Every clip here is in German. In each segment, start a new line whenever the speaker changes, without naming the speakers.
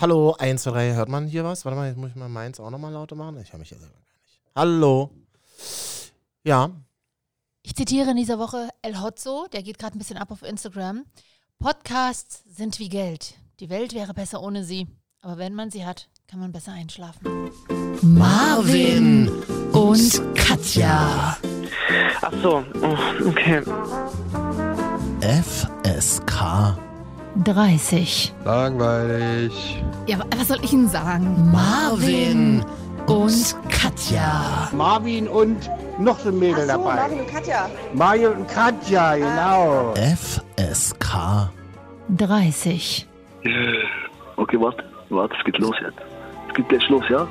Hallo, 1, 2, 3, hört man hier was? Warte mal, jetzt muss ich mal meins auch nochmal lauter machen. Ich höre mich ja selber gar nicht. Hallo. Ja,
Ich zitiere in dieser Woche El Hotzo, der geht gerade ein bisschen ab auf Instagram. Podcasts sind wie Geld. Die Welt wäre besser ohne sie. Aber wenn man sie hat, kann man besser einschlafen.
Marvin und Katja.
Ach so, oh, okay.
FSK.
30.
Langweilig.
Ja, wa- was soll ich Ihnen sagen?
Marvin und Katja.
Marvin und noch so ein Mädel dabei. Marvin und Katja. Mario und Katja, genau.
FSK.
30.
Okay, warte, warte, es geht los jetzt. Es geht gleich los, ja?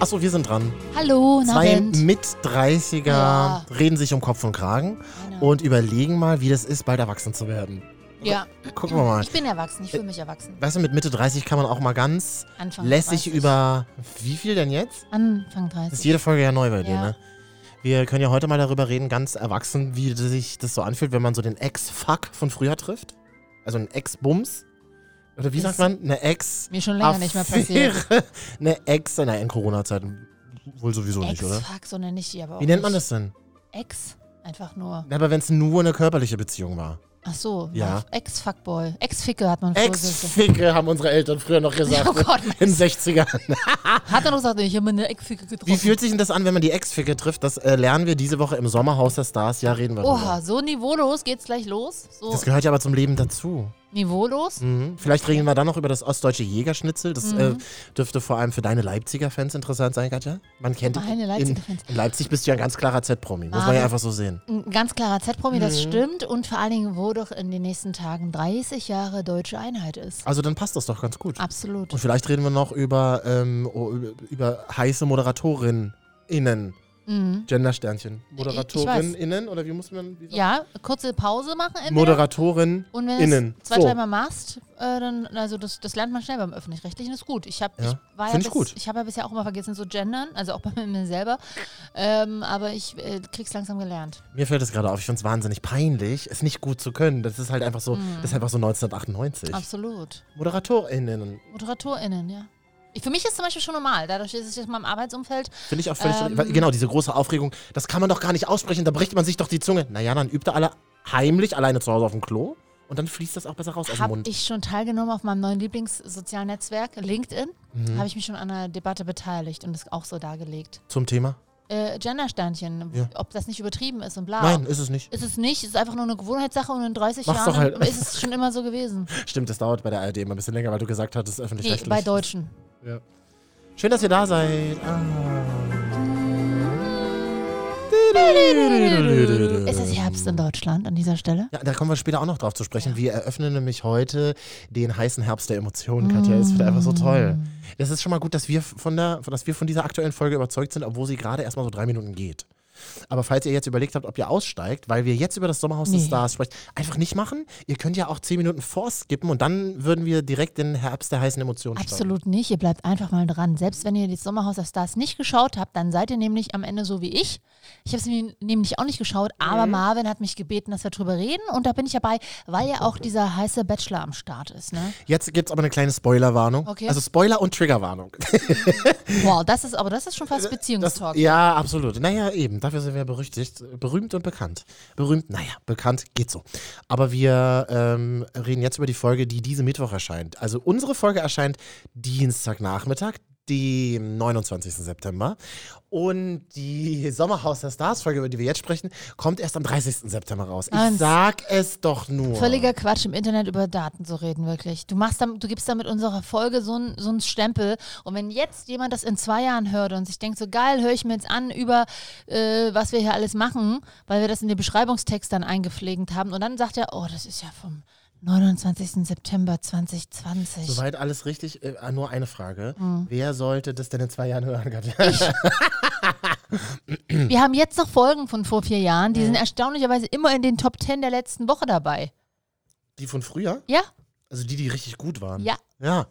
achso, wir sind dran.
Hallo, na
Zwei
Abend.
Mit-30er
Ja.
reden sich um Kopf und Kragen
Genau.
und überlegen mal, wie das ist, bald erwachsen zu werden.
Ja,
Gucken wir mal.
ich bin erwachsen, ich fühle mich erwachsen.
Weißt du, mit Mitte 30 kann man auch mal ganz
Anfang
lässig
30.
über. Wie viel denn jetzt?
Anfang
Das ist
30.
jede Folge ja neu bei dir,
Ja.
ne? Wir können ja heute mal darüber reden, ganz erwachsen, wie das sich das so anfühlt, wenn man so den Ex-Fuck von früher trifft. Also einen Ex-Bums. Oder wie
Das-
sagt man? Eine Ex.
Mir schon länger nicht mehr passiert.
Affäre. Eine Ex, nein, in Corona-Zeiten wohl sowieso nicht, oder?
Ex-Fuck, so nenne ich die aber auch
Wie nennt
nicht.
man das denn?
Ex, einfach nur.
Na, aber wenn es nur eine körperliche Beziehung war.
Ach so,
Ja.
Ex-Fuckboy. Ex-Ficke hat man früher gesagt.
Ex-Ficke haben unsere Eltern früher noch gesagt.
Oh Gott,
ne? In 60ern.
Hat er noch gesagt, ich habe mir eine Ex-Ficke getroffen.
Wie fühlt sich denn das an, wenn man die Ex-Ficke trifft? Das äh, lernen wir diese Woche im Sommerhaus der Stars. Ja, reden wir
Oha,
drüber.
so niveaulos geht's gleich los. So
Das gehört ja aber zum Leben dazu.
niveaulos.
Mhm. Vielleicht reden wir dann noch über das ostdeutsche Jägerschnitzel. Das äh,
Mhm.
dürfte vor allem für deine Leipziger Fans interessant sein, Katja. Man kennt
Meine
in,
Leipziger Fans. Ah.
in Leipzig bist du ja ein ganz klarer Z-Promi. Muss man ja
Marvin.
einfach so sehen.
Ein ganz klarer Z-Promi, das
Mhm.
stimmt. Und vor allen Dingen, wo doch in den nächsten Tagen 30 Jahre deutsche Einheit ist.
Also dann passt das doch ganz gut.
Absolut.
Und vielleicht reden wir noch über, ähm, o- über, über heiße ModeratorInnen.
Mhm.
Gendersternchen.
Ich-
ModeratorInnen oder wie muss man. Wie sagt-
Ja, kurze Pause machen. entweder.
Moderatorin.
Und wenn du
innen.
das zwei,
So.
dreimal machst, äh, dann, also das, das lernt man schnell beim Öffentlich-Rechtlichen, ist gut. Ich habe
Ja,
ich war ja
find ich
bis-
gut.
ich habe ja bisher auch immer vergessen zu gendern, also auch bei mir selber. Ähm, aber ich äh, krieg's langsam gelernt.
Mir fällt es gerade auf, ich finde es wahnsinnig peinlich, es nicht gut zu können. Das ist halt einfach so,
Mhm.
das ist einfach so 1998.
Absolut.
ModeratorInnen.
ModeratorInnen, ja. Ich- Für mich ist zum Beispiel schon normal, dadurch, dass ich jetzt mal im Arbeitsumfeld
Finde ich auch völlig.
Ähm.
weil- genau, diese große Aufregung, das kann man doch gar nicht aussprechen, da bricht man sich doch die Zunge. Naja, dann übt er alle heimlich alleine zu Hause auf dem Klo und dann fließt das auch besser raus aus dem
habe
Mund.
ich schon teilgenommen auf meinem neuen Lieblingssozialen Netzwerk, LinkedIn.
Mhm.
Habe ich mich schon an einer Debatte beteiligt und das auch so dargelegt.
Zum Thema?
Äh, Gendersternchen,
Ja.
ob das nicht übertrieben ist und bla.
Nein, ist es nicht.
Ist es nicht, ist einfach nur eine Gewohnheitssache und in 30
Mach's
Jahren
doch halt.
ist es schon immer so gewesen.
Stimmt, das dauert bei der ARD immer ein bisschen länger, weil du gesagt hattest,
Nee,
öffentlich-rechtlich.
bei Deutschen.
Schön, dass ihr da seid. Ah.
Ist es Herbst in Deutschland an dieser Stelle?
Ja, da kommen wir später auch noch drauf zu sprechen. Wir eröffnen nämlich heute den heißen Herbst der Emotionen, Katja. Das
Mm.
wird einfach so toll. Das ist schon mal gut, dass wir von, der, dass wir von dieser aktuellen Folge überzeugt sind, obwohl sie gerade erst mal so drei Minuten geht. Aber falls ihr jetzt überlegt habt, ob ihr aussteigt, weil wir jetzt über das Sommerhaus des
Nee.
Stars sprechen, einfach nicht machen. Ihr könnt ja auch zehn Minuten vorskippen und dann würden wir direkt den Herbst der heißen Emotionen starten.
Absolut nicht, ihr bleibt einfach mal dran. Selbst wenn ihr das Sommerhaus der Stars nicht geschaut habt, dann seid ihr nämlich am Ende so wie ich. Ich habe es nämlich auch nicht geschaut, aber Marvin hat mich gebeten, dass wir drüber reden und da bin ich dabei, weil ja auch dieser heiße Bachelor am Start ist. Ne?
Jetzt gibt es aber eine kleine Spoilerwarnung.
Okay.
Also Spoiler und Triggerwarnung.
Wow, das ist aber das ist schon fast
Äh, Das,
Beziehungstalk.
ja, absolut. Naja, eben. Dafür sind wir berüchtigt. Berühmt und bekannt. Berühmt, naja, bekannt geht so. Aber wir ähm, reden jetzt über die Folge, die diese Mittwoch erscheint. Also unsere Folge erscheint Dienstagnachmittag, dem 29. September. Und die Sommerhaus der Stars-Folge, über die wir jetzt sprechen, kommt erst am 30. September raus. Ich
Hans.
sag es doch nur.
Völliger Quatsch, im Internet über Daten zu reden, wirklich. Du, machst damit, du gibst damit unserer Folge so einen so einen Stempel. Und wenn jetzt jemand das in zwei Jahren hört und sich denkt, so geil, höre ich mir jetzt an über, äh, was wir hier alles machen, weil wir das in den Beschreibungstext dann eingepflegt haben. Und dann sagt er, oh, das ist ja vom 29. September 2020.
Soweit alles richtig. Äh, nur eine Frage.
Mhm.
Wer sollte das denn in zwei Jahren hören? Katja?
wir haben jetzt noch Folgen von vor vier Jahren,
Mhm.
die sind erstaunlicherweise immer in den Top 10 der letzten Woche dabei.
Die von früher?
Ja?
Also die, die richtig gut waren.
Ja.
Ja.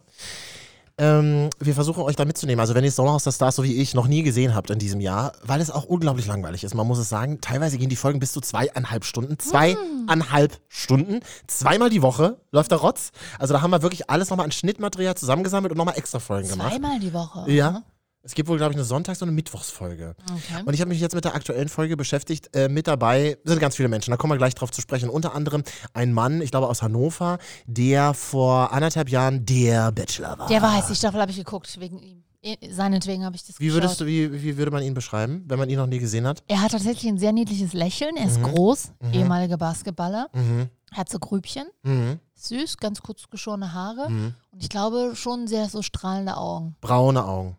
Ähm, wir versuchen euch da mitzunehmen. Also wenn ihr Sommerhaus der Stars so wie ich noch nie gesehen habt in diesem Jahr, weil es auch unglaublich langweilig ist. Man muss es sagen, teilweise gehen die Folgen bis zu zweieinhalb Stunden. Zweieinhalb Stunden. Zweimal die Woche läuft der Rotz. Also da haben wir wirklich alles nochmal an Schnittmaterial zusammengesammelt und nochmal extra Folgen gemacht.
Zweimal die Woche.
Ja. Es gibt wohl, glaube ich, eine Sonntags- und eine Mittwochsfolge.
Okay.
Und ich habe mich jetzt mit der aktuellen Folge beschäftigt. Äh, mit dabei sind ganz viele Menschen. Da kommen wir gleich drauf zu sprechen. Unter anderem ein Mann, ich glaube aus Hannover, der vor anderthalb Jahren der Bachelor war.
Der weiß, die Staffel habe ich geguckt, wegen ihm. Eh, Seinetwegen habe ich das
Wie
geschaut.
würdest du, wie, wie würde man ihn beschreiben, wenn man ihn noch nie gesehen hat?
Er hat tatsächlich ein sehr niedliches Lächeln. Er ist
Mhm.
groß,
Mhm.
ehemaliger Basketballer.
Mhm.
Hat so Grübchen,
Mhm.
süß, ganz kurz geschorene Haare.
Mhm.
Und ich glaube schon sehr so strahlende Augen.
Braune Augen.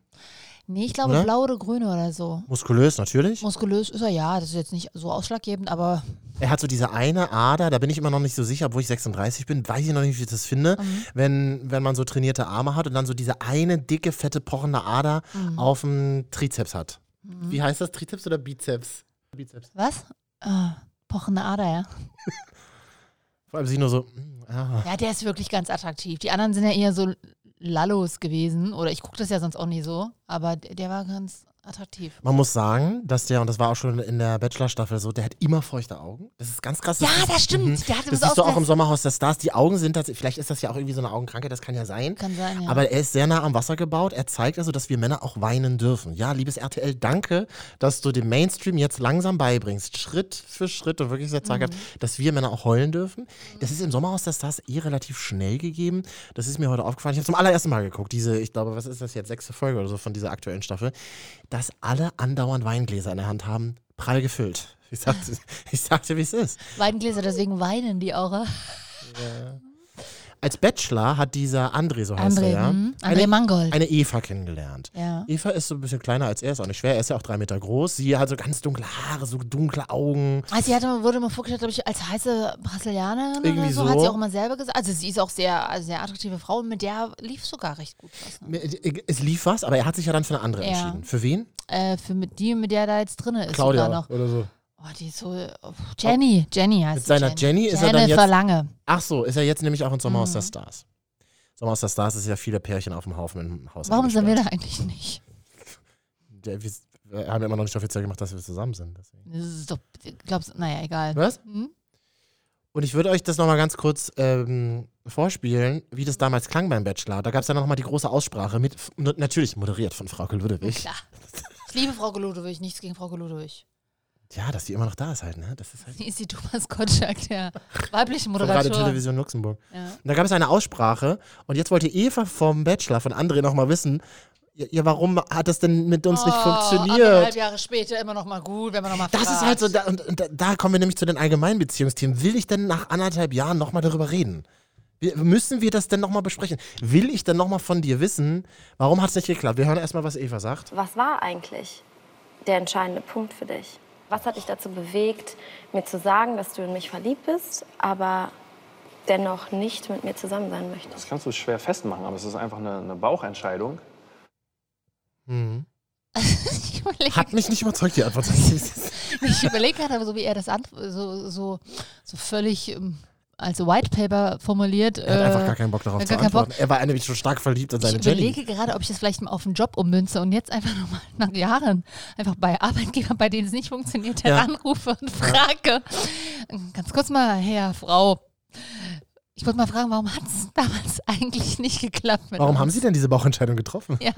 Nee, ich glaube
Oder?
blau oder grüne oder so.
Muskulös natürlich.
Muskulös ist er ja, das ist jetzt nicht so ausschlaggebend, aber
Er hat so diese eine Ader, da bin ich immer noch nicht so sicher, obwohl ich 36 bin, weiß ich noch nicht, wie ich das finde,
ähm,
wenn, wenn man so trainierte Arme hat und dann so diese eine dicke, fette, pochende Ader
Mhm.
auf dem Trizeps hat. Wie heißt das? Trizeps oder Bizeps? Bizeps.
was? Ah, pochende Ader, ja.
Vor allem sie nur so, mm, ah.
Ja, der ist wirklich ganz attraktiv. Die anderen sind ja eher so Lallos gewesen. Oder ich gucke das ja sonst auch nie so. Aber der, der war ganz attraktiv.
Man muss sagen, dass der, und das war auch schon in der Bachelor-Staffel so, der hat immer feuchte Augen. Das ist ganz krass.
Ja,
ist- Mhm.
das stimmt. Der hatte
das
was
siehst du auch im
aufgesetzt.
Sommerhaus der Stars. Die Augen sind tatsächlich, vielleicht ist das ja auch irgendwie so eine Augenkrankheit, das kann ja sein.
Kann sein, ja.
Aber er ist sehr nah am Wasser gebaut. Er zeigt also, dass wir Männer auch weinen dürfen. Ja, liebes RTL, danke, dass du dem Mainstream jetzt langsam beibringst, Schritt für Schritt und wirklich sehr zaghaft,
Mhm.
dass wir Männer auch heulen dürfen. Das ist im Sommerhaus der Stars eh relativ schnell gegeben. Das ist mir heute aufgefallen. Ich habe zum allerersten Mal geguckt, diese, ich glaube, was ist das jetzt, sechste Folge oder so von dieser aktuellen Staffel, dass alle andauernd Weingläser in der Hand haben, prall gefüllt. Ich sagte, ich sagte wie es ist.
Weidengläser, deswegen weinen die auch. äh,
Als Bachelor hat dieser André, so heißt
André,
er, ja,
hm? André
eine,
Mangold.
eine Eva kennengelernt.
ja.
Eva ist so ein bisschen kleiner als er, ist auch nicht schwer. Er ist ja auch drei Meter groß. Sie hat so ganz dunkle Haare, so dunkle Augen.
Also sie hatte, wurde immer vorgestellt, glaube ich, als heiße Brasilianerin
Irgendwie
oder so,
so.
hat sie auch immer selber gesagt. Also sie ist auch sehr, also sehr attraktive Frau und mit der lief sogar recht gut was. Ne?
Es lief was, aber er hat sich ja dann für eine andere
Ja.
entschieden. Für wen?
Äh, für mit die, mit der da jetzt drin ist sogar noch.
oder so.
Oh, die ist so, oh, Jenny, Jenny heißt
Mit
sie,
seiner Jenny ist er dann
Jennifer
jetzt-
Lange.
Ach so, ist er jetzt nämlich auch in Sommerhaus
Mhm.
der Stars. Sommerhaus der Stars ist ja viele Pärchen auf dem Haufen im Haus.
Warum sind wir
eingesperrt.
da eigentlich nicht?
Der- Wir wir haben ja immer noch nicht offiziell gemacht, dass wir zusammen sind. Deswegen.
Das ist doch, glaubst naja, egal.
Was?
Hm?
Und ich würde euch das nochmal ganz kurz ähm, vorspielen, wie das damals klang beim Bachelor. Da gab es dann nochmal die große Aussprache mit, f- natürlich moderiert von Frau Ludewig.
Klar. Ich liebe Frau Ludewig, nichts gegen Frau Ludewig.
Ja, dass die immer noch da ist halt, ne? Das ist halt
Sie ist die Thomas Gottschalk, der weibliche
von Radio
Moderatorin.
Television Luxemburg.
Ja.
Und da gab es eine Aussprache und jetzt wollte Eva vom Bachelor von André nochmal wissen, ja, ja, warum hat das denn mit uns nicht
Oh, Anderthalb
funktioniert?
Jahre später immer noch mal gut, wenn man noch mal
Das
fragt.
ist halt so, da, und, und da, da kommen wir nämlich zu den allgemeinen Beziehungsthemen. Will ich denn nach anderthalb Jahren nochmal darüber reden? Wir, müssen wir das denn nochmal besprechen? Will ich denn nochmal von dir wissen, warum hat es nicht geklappt? Wir hören erstmal, was Eva sagt.
Was war eigentlich der entscheidende Punkt für dich? Was hat dich dazu bewegt, mir zu sagen, dass du in mich verliebt bist, aber dennoch nicht mit mir zusammen sein möchtest?
Das kannst du schwer festmachen, aber es ist einfach eine, eine Bauchentscheidung.
Mhm.
ich überlege
Hat mich nicht überzeugt, die Antwort.
ich überleg gerade, aber so wie er das an, so, so, so völlig ähm, als White Paper formuliert.
Er hat
äh,
einfach gar keinen Bock darauf
gar
zu
keinen Bock.
antworten. Er war nämlich schon stark verliebt in
Ich
seine Jenny.
überlege gerade, ob ich das vielleicht mal auf den Job ummünze und jetzt einfach nochmal nach Jahren einfach bei Arbeitgebern, bei denen es nicht funktioniert,
Ja.
heranrufe und frage. Ganz kurz mal, Herr, Frau. Ich wollte mal fragen, warum hat es damals eigentlich nicht geklappt? Mit
Warum
uns?
haben Sie denn diese Bauchentscheidung getroffen?
Ja.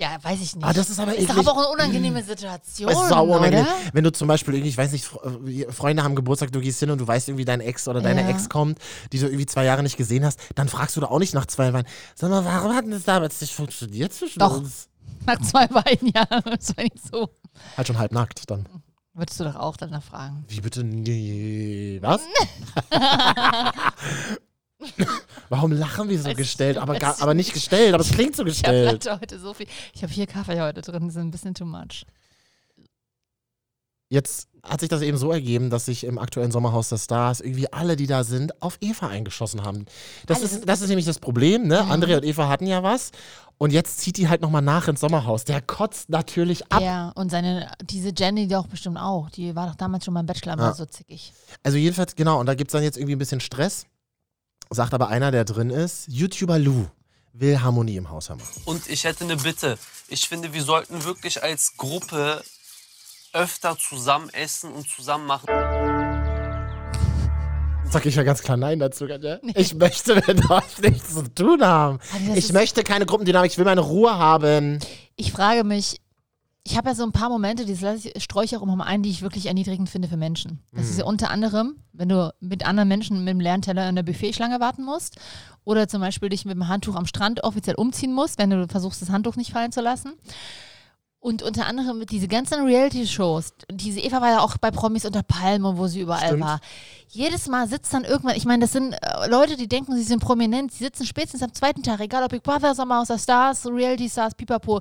Ja, weiß ich nicht.
Ah, das ist aber
ist doch
eklig.
aber auch eine unangenehme Situation,
Es ist sau unangenehm.
oder?
Wenn du zum Beispiel irgendwie, ich weiß nicht, Fre- äh, Freunde haben Geburtstag, du gehst hin und du weißt irgendwie, dein Ex oder deine
Ja.
Ex kommt, die du irgendwie zwei Jahre nicht gesehen hast, dann fragst du da auch nicht nach zwei Jahren, sag mal, warum hat denn das damals nicht funktioniert zwischen
Doch.
uns?
Nach zwei beiden Jahren, das war nicht so.
Halt schon halbnackt dann.
Würdest du doch auch danach fragen.
Wie bitte? Nee, was? warum lachen wir so
Weiß ich
gestellt,
nicht,
aber,
weiß
gar,
ich
aber nicht gestellt, aber es klingt so
Ich habe
gestellt.
heute, heute so viel. Ich habe vier Kaffee heute drin, das ist ein bisschen too much.
Jetzt hat sich das eben so ergeben, dass sich im aktuellen Sommerhaus der Stars irgendwie alle, die da sind, auf Eva eingeschossen haben. Das,
Alles. Mhm.
ist, das ist nämlich das Problem, ne? André und Eva hatten ja was. Und jetzt zieht die halt nochmal nach ins Sommerhaus. Der kotzt natürlich ab.
Ja, und seine, diese Jenny doch bestimmt auch. Die war doch damals schon beim Bachelor
Ja.
mal so zickig.
Also jedenfalls, genau, und da gibt es dann jetzt irgendwie ein bisschen Stress. Sagt aber einer, der drin ist, YouTuber Lou. will Harmonie im Haus haben.
Und ich hätte eine Bitte. Ich finde, wir sollten wirklich als Gruppe öfter zusammen essen und zusammen machen.
Sag ich ja ganz klar Nein dazu. Katja. Ich möchte mit euch nichts zu tun haben.
Also das
Ich
ist-
möchte keine Gruppendynamik, ich will meine Ruhe haben.
Ich frage mich, ich habe ja so ein paar Momente, die lasse ich, streue ich auch immer mal ein, die ich wirklich erniedrigend finde für Menschen. Das
Mhm.
ist ja unter anderem, wenn du mit anderen Menschen mit dem leeren Teller in der Buffetschlange warten musst oder zum Beispiel dich mit dem Handtuch am Strand offiziell umziehen musst, wenn du versuchst, das Handtuch nicht fallen zu lassen. Und unter anderem mit diese ganzen Reality-Shows. Diese Eva war ja auch bei Promis unter Palmen, und wo sie überall
Stimmt.
war. Jedes Mal sitzt dann irgendwann, ich meine, das sind äh, Leute, die denken, sie sind prominent, sie sitzen spätestens am zweiten Tag, egal ob Big Brother, Sommerhaus der Stars, Reality Stars, Pipapo.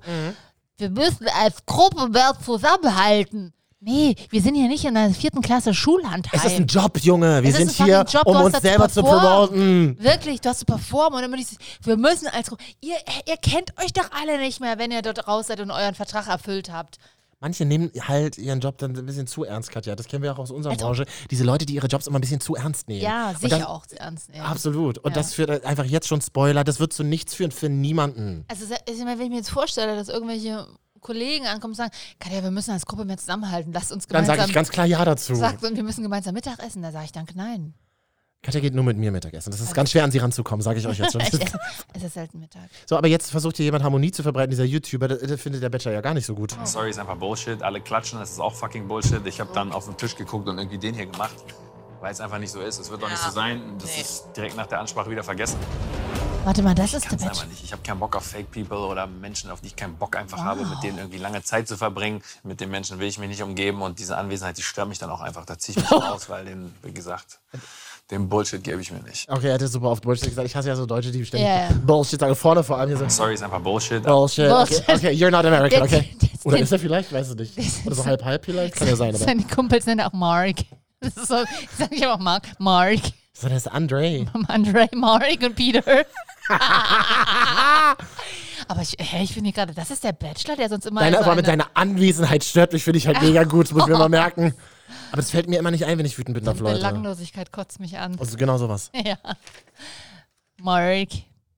Wir müssen als Gruppe mehr zusammenhalten. Nee, wir sind hier nicht in der vierten Klasse Schulhandheim.
Es ist ein Job, Junge. Wir
Es ist
sind
ein fucking
hier,
Job, du
um
hast
uns
da zu
selber zu
performen.
promoten.
Wirklich, du hast zu performen und immer dieses, wir müssen als Gruppe, ihr, ihr kennt euch doch alle nicht mehr, wenn ihr dort raus seid und euren Vertrag erfüllt habt.
Manche nehmen halt ihren Job dann ein bisschen zu ernst, Katja. Das kennen wir auch aus unserer
Also-
Branche. Diese Leute, die ihre Jobs immer ein bisschen zu ernst nehmen.
Ja,
Und
sicher
das-
auch ernst nehmen.
Absolut. Und
Ja.
das führt halt einfach jetzt schon Spoiler. Das wird zu nichts führen für niemanden.
Also se- ich meine, wenn ich mir jetzt vorstelle, dass irgendwelche Kollegen ankommen und sagen, Katja, wir müssen als Gruppe mehr zusammenhalten, lasst uns
Dann
gemeinsam.
sage ich ganz klar Ja dazu.
Sagt, und wir müssen gemeinsam Mittag essen, da sage ich danke, nein.
Katja geht nur mit mir Mittagessen. Das ist ganz schwer, an sie ranzukommen, sage ich euch jetzt schon.
ich esse, esse selten Mittag.
so, aber jetzt versucht hier jemand Harmonie zu verbreiten. Dieser YouTuber, das, das findet der Bachelor ja gar nicht so gut.
Oh.
Sorry, ist einfach Bullshit. Alle klatschen, das ist auch fucking Bullshit. Ich habe dann auf den Tisch geguckt und irgendwie den hier gemacht, weil es einfach nicht so ist. Es wird doch nicht so sein. Und Das ist direkt nach der Ansprache wieder vergessen.
Warte mal, das ist der
Kann's einfach
Bachelor.
nicht. Ich habe keinen Bock auf Fake People oder Menschen, auf die ich keinen Bock einfach
Wow.
habe, mit denen irgendwie lange Zeit zu verbringen. Mit den Menschen will ich mich nicht umgeben und diese Anwesenheit, die stört mich dann auch einfach. Da ziehe ich mich raus, weil den, wie gesagt, den Bullshit gebe ich mir nicht.
Okay, er hat jetzt super oft Bullshit gesagt. Ich hasse ja so Deutsche, die ständig
Ja, ja.
Bullshit sagen. Vorne vor allem hier so.
Sorry, ist einfach Bullshit.
Bullshit.
Bullshit.
Okay, okay, you're not American,
Das-
okay?
das-
Oder
das-
ist er vielleicht? Weiß ich nicht. Oder so halb, halb vielleicht? Kann ja sein, aber.
Seine Kumpels nennen auch Mark. Das ist so, ich sage ich auch Mark. Mark.
Sondern ist Andre.
Andre, Mark und Peter. Aber ich, hä, ich finde gerade, das ist der Bachelor, der sonst immer.
Deine,
so
aber mit
eine-
deiner Anwesenheit stört mich, finde ich halt mega gut, muss mir mal merken. Aber das fällt mir immer nicht ein, wenn ich wütend bin auf Leute.
Belanglosigkeit kotzt mich an.
Also genau sowas.
Ja. Mark,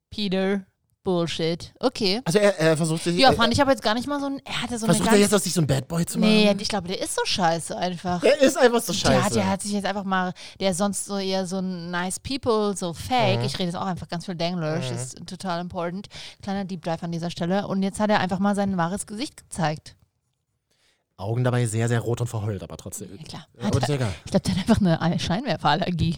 Peter, Bullshit. Okay.
Also er, er versucht sich.
Ja,
er,
fand ich aber jetzt gar nicht mal so ein. Er hatte so
versucht
eine
er
ganz.
jetzt aus sich so ein Bad Boy zu machen?
nee, ich glaube, der ist so scheiße einfach.
Er ist einfach so
Der hat,
scheiße.
der hat sich jetzt einfach mal, der ist sonst so eher so ein nice people, so
Mhm.
fake. Ich rede jetzt auch einfach ganz viel Denglisch, ist total important. Kleiner Deep Dive an dieser Stelle. Und jetzt hat er einfach mal sein wahres Gesicht gezeigt.
Augen dabei sehr, sehr rot und verheult, aber trotzdem.
Ja, klar.
Ja, aber das ist ja egal.
Ich glaube, der hat einfach eine Scheinwerferallergie.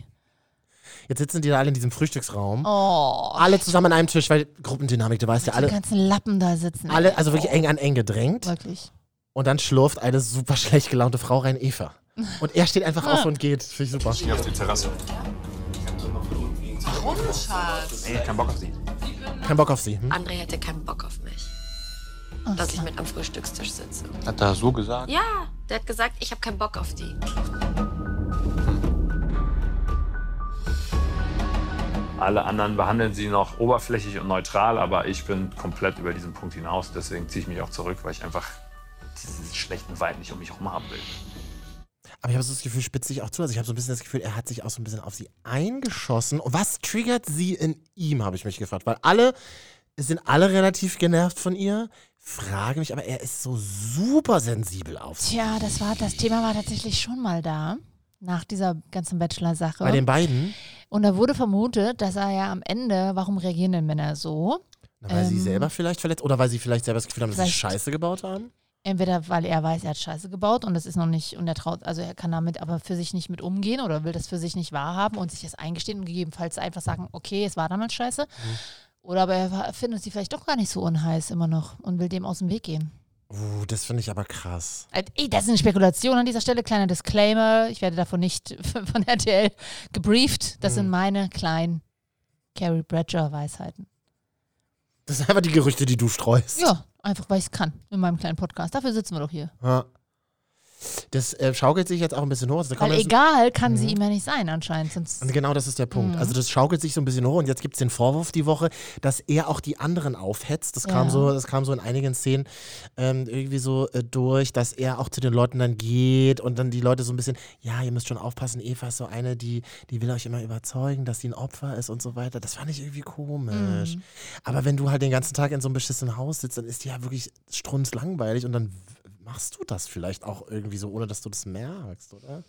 Jetzt sitzen die da alle in diesem Frühstücksraum.
Oh.
Alle zusammen an einem Tisch, weil Gruppendynamik, du weißt ja,
Die
alle,
ganzen Lappen da sitzen.
alle, also wirklich eng an eng gedrängt.
Wirklich.
Und dann schlurft eine super schlecht gelaunte Frau rein, Eva. Und er steht einfach auf und geht. Finde ich super.
Geh auf die Terrasse.
Warum, Schatz?
Nee, keinen Bock auf die.
Kein Bock auf sie. Hm?
André hätte keinen Bock auf mich. dass ich mit am Frühstückstisch sitze.
Hat er so gesagt?
Ja, der hat gesagt, ich habe keinen Bock auf die.
Alle anderen behandeln sie noch oberflächlich und neutral, aber ich bin komplett über diesen Punkt hinaus. Deswegen ziehe ich mich auch zurück, weil ich einfach diesen schlechten Vibe nicht um mich herum haben will.
Aber ich habe so das Gefühl, spitzt sich auch zu. Also ich habe so ein bisschen das Gefühl, er hat sich auch so ein bisschen auf sie eingeschossen. Und was triggert sie in ihm, habe ich mich gefragt. Weil alle, es sind alle relativ genervt von ihr. Frage mich, aber er ist so super sensibel auf sie.
Tja, das war das Thema war tatsächlich schon mal da nach dieser ganzen Bachelor-Sache.
Bei den beiden,
Und da wurde vermutet, dass er ja am Ende, warum reagieren denn Männer so?
na, weil sie
Ähm.
selber vielleicht verletzt oder weil sie vielleicht selber das Gefühl haben, dass sie
Vielleicht.
Scheiße gebaut haben.
Entweder weil er weiß, er hat Scheiße gebaut und das ist noch nicht, und er traut, also er kann damit aber für sich nicht mit umgehen oder will das für sich nicht wahrhaben und sich das eingestehen und gegebenenfalls einfach sagen, okay, es war damals Scheiße. Oder aber er war- findet sie vielleicht doch gar nicht so unheiß immer noch und will dem aus dem Weg gehen.
Uh, das finde ich aber krass.
Äh, Ey, das sind Spekulationen an dieser Stelle. Kleiner Disclaimer. Ich werde davon nicht von RTL gebrieft. Das sind meine kleinen Carrie Bradshaw-Weisheiten.
Das sind einfach die Gerüchte, die du streust.
Ja, einfach weil ich es kann in meinem kleinen Podcast. Dafür sitzen wir doch hier.
Ja. Das äh, schaukelt sich jetzt auch ein bisschen hoch. Also da kann man
Weil
jetzt-
egal kann sie ihm ja nicht sein anscheinend. Sonst
Und genau das ist der Punkt.
Mhm.
Also das schaukelt sich so ein bisschen hoch und jetzt gibt es den Vorwurf die Woche, dass er auch die anderen aufhetzt. Das kam
Ja.
so, das kam so in einigen Szenen ähm, irgendwie so äh, durch, dass er auch zu den Leuten dann geht und dann die Leute so ein bisschen, ja, ihr müsst schon aufpassen, Eva ist so eine, die, die will euch immer überzeugen, dass sie ein Opfer ist und so weiter. Das fand ich irgendwie
Äh,
komisch.
Mhm.
Aber wenn du halt den ganzen Tag in so einem beschissenen Haus sitzt, dann ist die ja wirklich strunzlangweilig und dann w- machst du das vielleicht auch irgendwie so, ohne dass du das merkst, oder?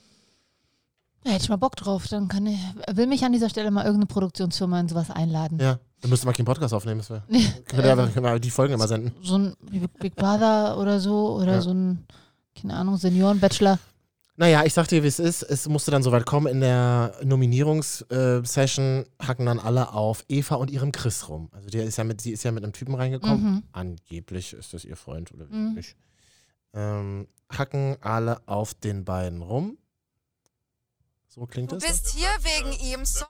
Da hätte ich mal Bock drauf. Dann kann ich, will mich an dieser Stelle mal irgendeine Produktionsfirma in sowas einladen.
Ja, dann müsste man keinen Podcast aufnehmen. Das wär,
Nee.
können, wir, einfach- können wir die Folgen immer senden.
So ein Big- Big Brother oder so oder
Ja.
so ein, keine Ahnung, Senioren-Bachelor.
Naja, ich sag dir, wie es ist. Es musste dann soweit kommen. In der Nominierungssession hacken dann alle auf Eva und ihrem Chris rum. Also der ist ja mit, sie ist ja mit einem Typen reingekommen.
Mhm.
Angeblich ist das ihr Freund oder
Mhm.
nicht. Ähm, hacken alle auf den beiden rum. So klingt
Du
es.
bist hier wegen ihm. So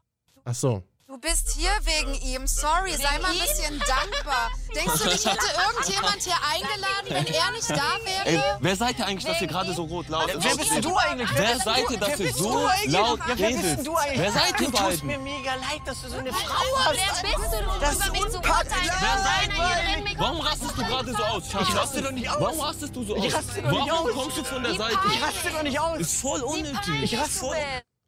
Ach so.
du bist hier wegen ihm. Sorry, sei mal ein bisschen dankbar. Denkst du, dich hätte irgendjemand hier eingeladen, wenn er nicht da
Ey,
wäre?
wer seid ihr eigentlich, dass ihr gerade so rot laut
Wer bist
redet?
du eigentlich? Wer
Wer
bist
seid
du-
ihr,
wer
dass ihr
bist
so
du eigentlich?
laut
Ja, wer bist
redet?
du eigentlich?
Wer seid ihr
Du tust mir
beiden?
mega leid, dass du so eine
Frau hast. Wer bist du, um
Das
über
ist
mich zu
unpackend.
urteilen?
Wer
Nein,
seid
nein, ihr
ihr?
rennt mir
Warum
kaputt.
rastest du gerade so aus? Schatz?
Ich raste doch nicht aus.
Warum rastest du so aus?
Ich raste doch nicht
Warum
aus.
kommst du von der
Die
Seite?
Panik. Ich raste doch nicht aus.
Ist voll unnötig.
Ich raste voll.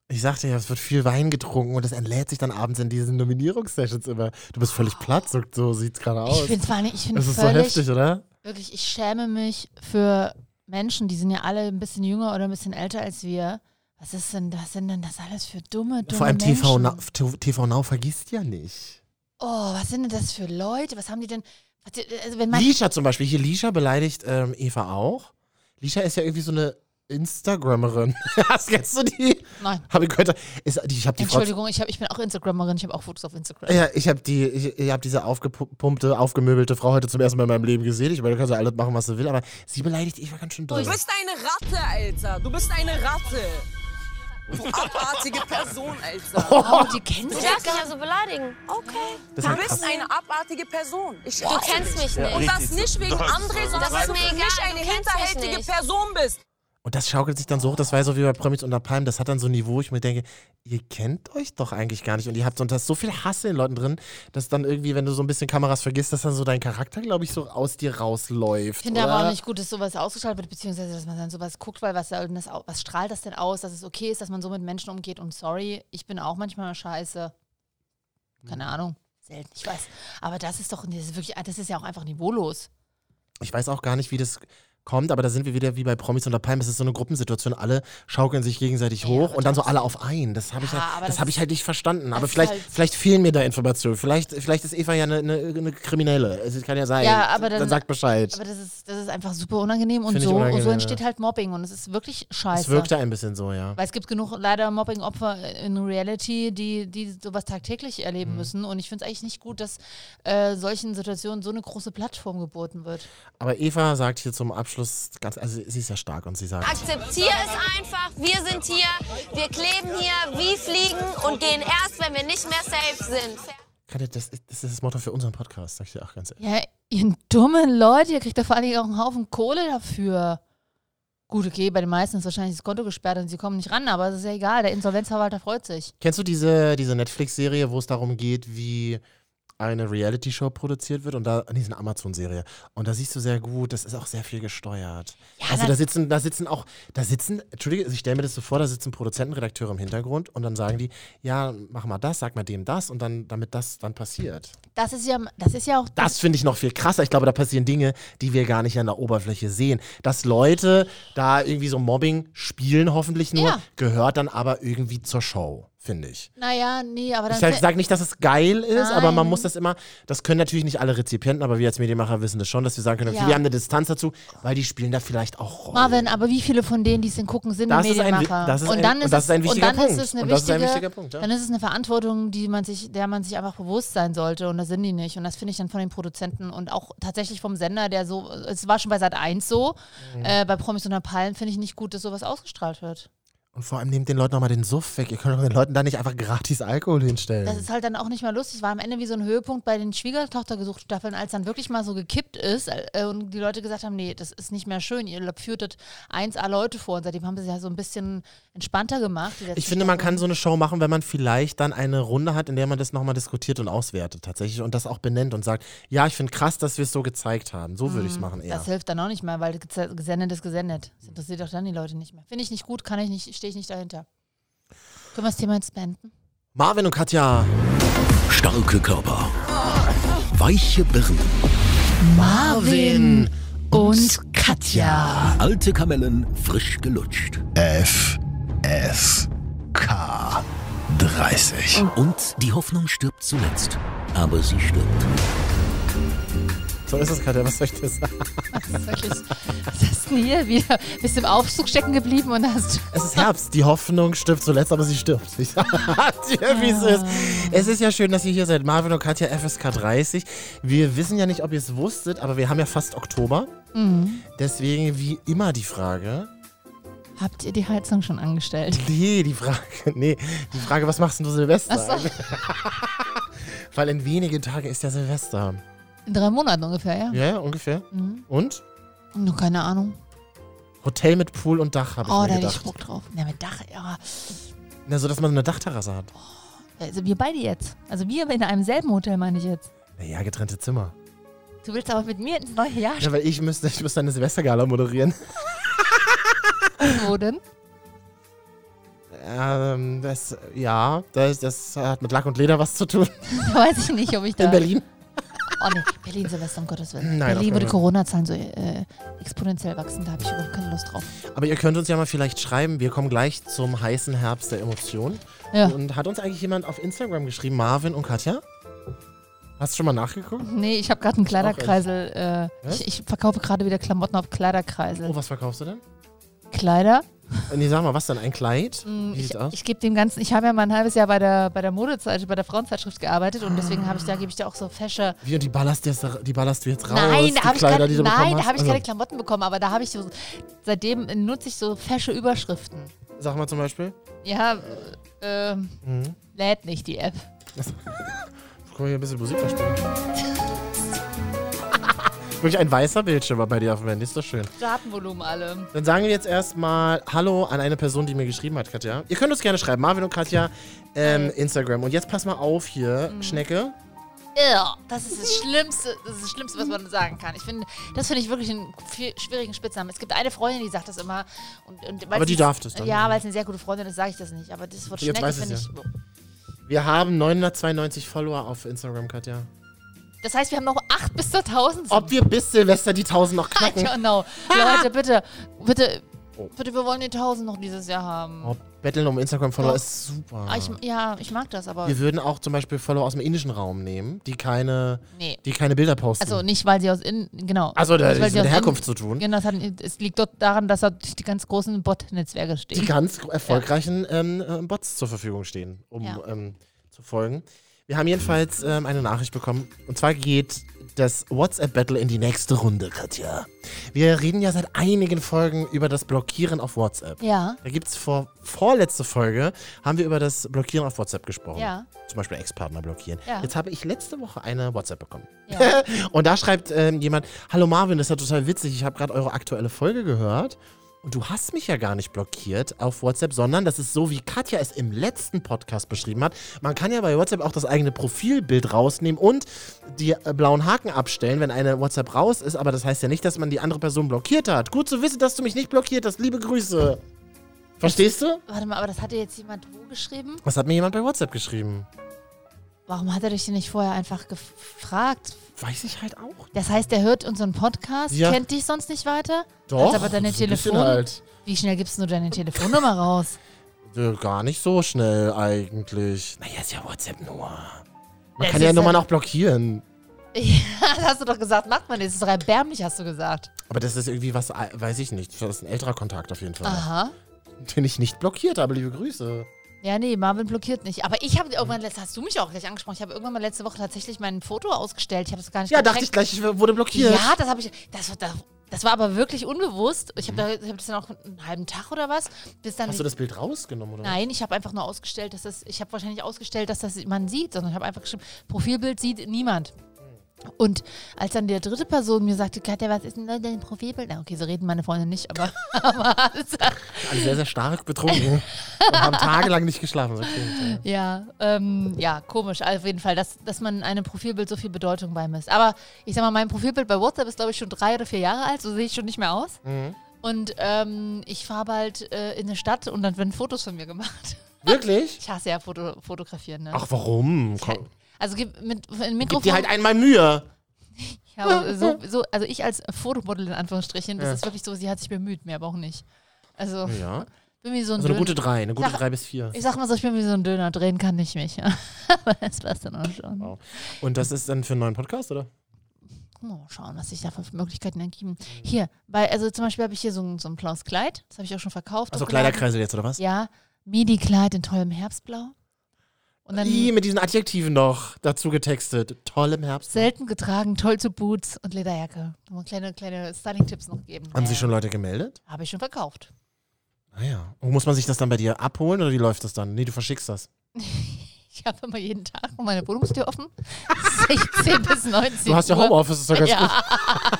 Ich sagte ja, es wird viel Wein getrunken und das entlädt sich dann abends in diesen Nominierungssessions immer. Du bist völlig platt, so, so sieht's gerade aus.
Ich finde zwar nicht, ich finde
Das ist so
völlig-
heftig, oder?
Wirklich, ich schäme mich für Menschen, die sind ja alle ein bisschen jünger oder ein bisschen älter als wir. Was ist denn, was sind denn das alles für dumme, dumme
Vor allem
Menschen?
TV Now, TV Now vergisst ja nicht.
Oh, was sind denn das für Leute? Was haben die denn? was die- Also wenn man,
Lisha zum Beispiel. Hier, Lisha beleidigt ähm, Eva auch. Lisha ist ja irgendwie so eine Instagrammerin. Hast kennst du die?
Nein.
Hab ich gehört. Ist, die, ich hab die Frau,
Entschuldigung, ich, hab, ich bin auch Instagramerin, ich habe auch Fotos auf Instagram.
ja, ich habe die, ich, ich hab diese aufgepumpte, aufgemöbelte Frau heute zum ersten Mal in meinem Leben gesehen. Ich meine, du kannst ja alles machen, was du willst, aber sie beleidigt Eva ganz schön doll.
Du bist eine Ratte, Alter. Du bist eine Ratte. Du abartige Person, Alter.
Oh,
die kennen
Du darfst mich also beleidigen. Okay.
Du bist eine abartige Person. Ich
Du
hasse
kennst
dich.
mich nicht.
Und das nicht wegen
Das ist
André,
so
sondern dass du für
dreist. Mir
mich
egal,
eine
du kennst mich
hinterhältige
nicht.
Person bist.
Und das schaukelt sich dann so hoch, das war so wie bei Promis unter Palmen, das hat dann so ein Niveau, ich mir denke, ihr kennt euch doch eigentlich gar nicht und ihr habt und da ist so viel Hass in den Leuten drin, dass dann irgendwie, wenn du so ein bisschen Kameras vergisst, dass dann so dein Charakter, glaube ich, so aus dir rausläuft.
Ich finde
oder?
aber auch nicht gut, dass sowas ausgestrahlt wird, beziehungsweise dass man dann sowas guckt, weil was, soll denn das, au- was strahlt das denn aus, dass es okay ist, dass man so mit Menschen umgeht? Und sorry, ich bin auch manchmal scheiße. Keine
Hm.
Ahnung, selten, ich weiß. Aber das ist doch, das ist wirklich, das ist ja auch einfach niveaulos.
Ich weiß auch gar nicht, wie das kommt, aber da sind wir wieder wie bei Promis unter Palmen. Das ist so eine Gruppensituation. Alle schaukeln sich gegenseitig hoch und dann so alle auf ein. Das habe ich,
Ja,
halt,
aber
das
das
hab ich
ist-
halt nicht verstanden. Aber
das ist
vielleicht,
halt-
vielleicht fehlen mir da Informationen. Vielleicht, vielleicht ist Eva ja eine, eine, eine Kriminelle. Es kann ja sein.
Ja, aber dann,
sagt Bescheid.
Aber das ist, das ist einfach super unangenehm und
Finde ich
so, und
unangenehm,
so
ja.
entsteht halt Mobbing und es ist wirklich scheiße.
es wirkte ein bisschen so, ja.
Weil es gibt genug leider Mobbing-Opfer in Reality, die, die sowas tagtäglich erleben
Hm.
müssen. Und ich finde es eigentlich nicht gut, dass äh, solchen Situationen so eine große Plattform geboten wird.
Aber Eva sagt hier zum Abschluss ganz, also sie ist ja stark und sie sagt,
Akzeptier es einfach. Wir sind hier. Wir kleben hier wie Fliegen und gehen erst, wenn wir nicht mehr safe sind.
Katja, das ist, das ist das Motto für unseren Podcast, sag ich dir auch ganz ehrlich.
Ja, ihr dummen Leute, ihr kriegt da vor allen Dingen auch einen Haufen Kohle dafür. Gut, okay, bei den meisten ist wahrscheinlich das Konto gesperrt und sie kommen nicht ran, aber es ist ja egal, der Insolvenzverwalter freut sich.
Kennst du diese, diese Netflix-Serie, wo es darum geht, wie eine Reality-Show produziert wird? Und da, nee, ist eine Amazon-Serie. Und da siehst du sehr gut, das ist auch sehr viel gesteuert. also da
na-
sitzen, da sitzen auch, da sitzen, Entschuldige, also ich stelle mir das so vor, da sitzen Produzenten, Redakteure im Hintergrund und dann sagen die, ja, mach mal das, sag mal dem das und dann, damit das dann passiert.
Das ist ja, das ist ja auch
Das finde ich noch viel krasser. Ich glaube, da passieren Dinge, die wir gar nicht an der Oberfläche sehen. Dass Leute da irgendwie so Mobbing spielen, hoffentlich nur,
Ja.
gehört dann aber irgendwie zur Show, finde ich.
Naja, nee, aber dann.
Ich sage sag nicht, dass es geil ist, aber man
Nein.
muss das immer, das können natürlich nicht alle Rezipienten, aber wir als Medienmacher wissen das schon, dass wir sagen können, okay,
Ja.
wir haben eine Distanz dazu, weil die spielen da vielleicht auch Rollen.
Marvin, aber wie viele von denen, die es denn gucken, sind
Das ist ein wi-
Medienmacher?
das ist ein-
und dann
und
ist
das
es-
ist ein wichtiger
und dann
Punkt.
Ist es eine
Und das ist
wichtige,
ein wichtiger Punkt, ja.
Dann ist es eine Verantwortung, die man sich, der man sich einfach bewusst sein sollte und da sind die nicht. Und das finde ich dann von den Produzenten und auch tatsächlich vom Sender, der so, es war schon bei Sat 1 so,
Mhm.
äh, bei Promis unter Palmen finde ich nicht gut, dass sowas ausgestrahlt wird.
Und vor allem nehmt den Leuten nochmal den Suff weg. Ihr könnt doch den Leuten da nicht einfach gratis Alkohol hinstellen.
Das ist halt dann auch nicht mehr lustig. War am Ende wie so ein Höhepunkt bei den Schwiegertochtergesucht-Staffeln, als dann wirklich mal so gekippt ist äh, und die Leute gesagt haben, nee, das ist nicht mehr schön. Ihr führtet 1A Leute vor. Und seitdem haben sie es ja so ein bisschen entspannter gemacht. die letzten
ich finde, man
Staffeln.
kann so eine Show machen, wenn man vielleicht dann eine Runde hat, in der man das nochmal diskutiert und auswertet tatsächlich und das auch benennt und sagt, ja, ich finde krass, dass wir es so gezeigt haben. So würde ich es
Mhm.
machen eher.
Das hilft dann auch nicht mehr, weil geze- gesendet ist gesendet. Das interessiert doch dann die Leute nicht mehr. Finde ich nicht gut, kann ich nicht, stehe ich nicht dahinter. Können wir das Thema jetzt beenden?
Marvin und Katja.
Starke Körper. Weiche Birnen. Marvin und Katja. Alte Kamellen frisch gelutscht. F. S. K. 30. Und die Hoffnung stirbt zuletzt. Aber sie stirbt.
So ist es, Katja. Was soll ich dir sagen?
Wirklich. Was hast du denn hier wieder? Bist im Aufzug stecken geblieben und hast.
Es ist Herbst. Die Hoffnung stirbt zuletzt, aber sie stirbt. Ich sag dir, wie es ist.
Ah.
Es ist ja schön, dass ihr hier seid. Marvin und Katja FSK 30. Wir wissen ja nicht, ob ihr es wusstet, aber wir haben ja fast Oktober.
Mhm.
Deswegen wie immer die Frage.
Habt ihr die Heizung schon angestellt?
Nee, die Frage. Nee, die Frage, was machst denn du Silvester?
Ach so.
Weil in wenigen Tagen ist ja Silvester.
In drei Monaten ungefähr, ja?
Ja, ja ungefähr.
Mhm.
Und?
Nur keine Ahnung.
Hotel mit Pool und Dach, habe ich
Oh,
mir
da hätte
gedacht.
ich Bock drauf. Na, mit Dach, ja.
Na, so, dass man eine Dachterrasse hat.
Also wir beide jetzt. Also wir in einem selben Hotel, meine ich jetzt.
Naja, getrennte Zimmer.
Du willst aber mit mir ins neue Jahr
Ja, weil ich müsste, ich müsste eine Silvestergala moderieren.
starten, wo denn?
Ähm, das, ja, das, das hat mit Lack und Leder was zu tun.
Da weiß ich nicht, ob ich da...
In Berlin?
Oh nee, Berlin Silvester, um Gottes Willen.
Nein, auf
Berlin würde
keinen Fall.
Corona-Zahlen so äh, exponentiell wachsen, da habe ich überhaupt keine Lust drauf.
Aber ihr könnt uns ja mal vielleicht schreiben. Wir kommen gleich zum heißen Herbst der Emotionen.
Ja.
Und hat uns eigentlich jemand auf Instagram geschrieben, Marvin und Katja? Hast du schon mal nachgeguckt?
Nee, ich habe gerade einen Kleiderkreisel. Äh,
Was?
ich, ich verkaufe gerade wieder Klamotten auf Kleiderkreisel.
Oh, was verkaufst du denn?
Kleider?
Äh, Nee, sag mal, was denn? Ein Kleid?
Mm,
Wie
Ich,
sieht's aus?
ich gebe dem Ganzen, ich habe ja mal ein halbes Jahr bei der, bei der Modezeitschrift, bei der Frauenzeitschrift gearbeitet und deswegen habe ich da, gebe ich da auch so fesche.
Wie, und die ballerst, du jetzt, die ballerst du jetzt raus?
Nein, da
die
habe ich,
Kleider,
keine-
die du
nein,
bekommen
da
hast?
habe ich
Also,
keine Klamotten bekommen, aber da habe ich so, seitdem nutze ich so fesche Überschriften.
Sag mal zum Beispiel.
Ja, äh, ähm,
Mhm.
lädt nicht die App.
Guck mal, hier ein bisschen Musik verspielen. Wirklich ein weißer Bildschirm war bei dir auf dem Handy, ist doch schön.
Datenvolumen alle.
Dann sagen wir jetzt erstmal Hallo an eine Person, die mir geschrieben hat, Katja. Ihr könnt uns gerne schreiben, Marvin und Katja, ähm, Instagram. Und jetzt pass mal auf hier,
Mhm.
Schnecke.
Irr, das ist das Schlimmste, das ist das Schlimmste, was man sagen kann. Ich finde, das finde ich wirklich einen viel- schwierigen Spitznamen. Es gibt eine Freundin, die sagt das immer. Und, und weil
Aber die
sie-
darf das dann.
Ja, weil es eine sehr gute Freundin ist, sage ich das nicht. Aber das Wort
Jetzt
Schnecke
weiß ich's
finde ich.
ja. Wir haben 992 Follower auf Instagram, Katja.
Das heißt, wir haben noch 8 bis zur 1000.
Ob wir bis Silvester die 1000 noch
I
knacken?
don't know. Leute, bitte, bitte,
Oh.
bitte, wir wollen die 1000 noch dieses Jahr haben.
Oh, Betteln um Instagram-Follower
Doch.
ist super.
Ah, ich, ja, ich mag das, aber.
wir würden auch zum Beispiel Follower aus dem indischen Raum nehmen, die keine,
Nee.
die keine Bilder posten.
Also nicht, weil sie aus innen, genau.
Ach so, Also, da
Nicht,
ist
weil sie
mit
aus
der Herkunft
innen-
zu tun.
Genau, das hat, es liegt dort daran, dass da die ganz großen Bot-Netzwerke stehen.
die ganz gro- erfolgreichen ähm, äh, Bots zur Verfügung stehen, um
Ja.
ähm, zu folgen. Wir haben jedenfalls ähm, eine Nachricht bekommen. Und zwar geht das WhatsApp-Battle in die nächste Runde, Katja. Wir reden ja seit einigen Folgen über das Blockieren auf WhatsApp.
Ja.
Da gibt es vor, vorletzte Folge, haben wir über das Blockieren auf WhatsApp gesprochen.
Ja.
Zum Beispiel Ex-Partner blockieren.
Ja.
Jetzt habe ich letzte Woche eine WhatsApp bekommen.
Ja.
Und da schreibt ähm, jemand, hallo Marvin, das ist ja total witzig, ich habe gerade eure aktuelle Folge gehört. Und du hast mich ja gar nicht blockiert auf WhatsApp, sondern das ist so, wie Katja es im letzten Podcast beschrieben hat. Man kann ja bei WhatsApp auch das eigene Profilbild rausnehmen und die äh, blauen Haken abstellen, wenn eine WhatsApp raus ist. Aber das heißt ja nicht, dass man die andere Person blockiert hat. Gut zu wissen, dass du mich nicht blockiert hast. Liebe Grüße. Verstehst du?
Warte mal, aber das hatte jetzt jemand wo geschrieben?
Was hat mir jemand bei WhatsApp geschrieben?
Warum hat er dich denn nicht vorher einfach gefragt?
Weiß ich halt auch.
Das heißt, er hört unseren Podcast,
Ja.
kennt dich sonst nicht weiter?
Doch,
Hat aber deine
so ein bisschen
Telefon
halt.
Wie schnell gibst du deine Telefonnummer raus?
Äh, Gar nicht so schnell eigentlich. Naja, ist ja WhatsApp nur. Man
Ja,
kann
es
ja
ist
Nummern
ja-
auch blockieren.
Ja, das hast du doch gesagt, macht man nicht. Das ist doch erbärmlich, hast du gesagt.
Aber das ist irgendwie was, äh, weiß ich nicht. Das ist ein älterer Kontakt auf jeden Fall.
Aha.
Den ich nicht blockiert habe, liebe Grüße.
Ja, nee, Marvin blockiert nicht. Aber ich habe irgendwann, letzt- hast du mich auch gleich angesprochen, ich habe irgendwann mal letzte Woche tatsächlich mein Foto ausgestellt. Ich habe das gar nicht
Ja, dachte
gecheckt.
ich gleich, ich wurde blockiert.
Ja, das habe ich, das, das, Das war aber wirklich unbewusst. Ich habe da, ich hab das dann auch einen halben Tag oder was. Bis dann
Hast du das Bild rausgenommen oder? was?
Nein, ich habe einfach nur ausgestellt, dass das, ich habe wahrscheinlich ausgestellt, dass das man sieht, sondern ich habe einfach geschrieben, Profilbild sieht niemand. Und als dann der dritte Person mir sagte, Katja, was ist denn da dein Profilbild? Na, okay, so reden meine Freunde nicht, aber, aber
Alle sehr, sehr stark betrunken und haben tagelang nicht geschlafen. Das klingt, äh,
ja, ähm, ja, komisch auf jeden Fall, dass, dass man einem Profilbild so viel Bedeutung beimisst. Aber ich sag mal, mein Profilbild bei WhatsApp ist, glaube ich, schon drei oder vier Jahre alt, so sehe ich schon nicht mehr aus.
Mhm.
Und ähm, ich fahre bald äh, in eine Stadt und dann werden Fotos von mir gemacht.
Wirklich?
Ich hasse ja Foto, Fotografieren. Ne?
Ach, warum? Komm,
Also gib mit im
gib
Mikrofon.
dir halt einmal Mühe.
ja, aber so, so, also ich als Fotomodel in Anführungsstrichen, das
Ja.
ist wirklich so, sie hat sich bemüht, mehr aber auch nicht. Also
Ja.
bin wie so ein
Also eine
Dön-
gute Drei, eine gute
Sag-
Drei bis vier.
Ich sag mal so, ich bin wie so ein Döner, drehen kann ich mich. Aber das war's dann auch
Oh.
schon.
Und das ist dann für einen neuen Podcast, oder?
Mal schauen, was sich da für Möglichkeiten ergeben. Hier, bei, also zum Beispiel habe ich hier so ein, so ein blaues Kleid, das habe ich auch schon verkauft.
Also
hochgeladen.
Kleiderkreisel jetzt, oder was?
Ja, Midi-Kleid in tollem Herbstblau. Und dann
I, mit diesen Adjektiven noch dazu getextet. Toll im Herbst.
selten getragen, toll zu Boots und Lederjacke. Da Mal kleine, kleine Styling-Tipps noch geben.
Haben sich schon Leute gemeldet?
Habe ich schon verkauft.
Naja. Und muss man sich das dann bei dir abholen oder wie läuft das dann? Nee, du verschickst das.
Ich habe immer jeden Tag meine Wohnungstür offen. 16 bis 19
Du hast ja
Uhr.
Homeoffice, ist doch ganz
gut.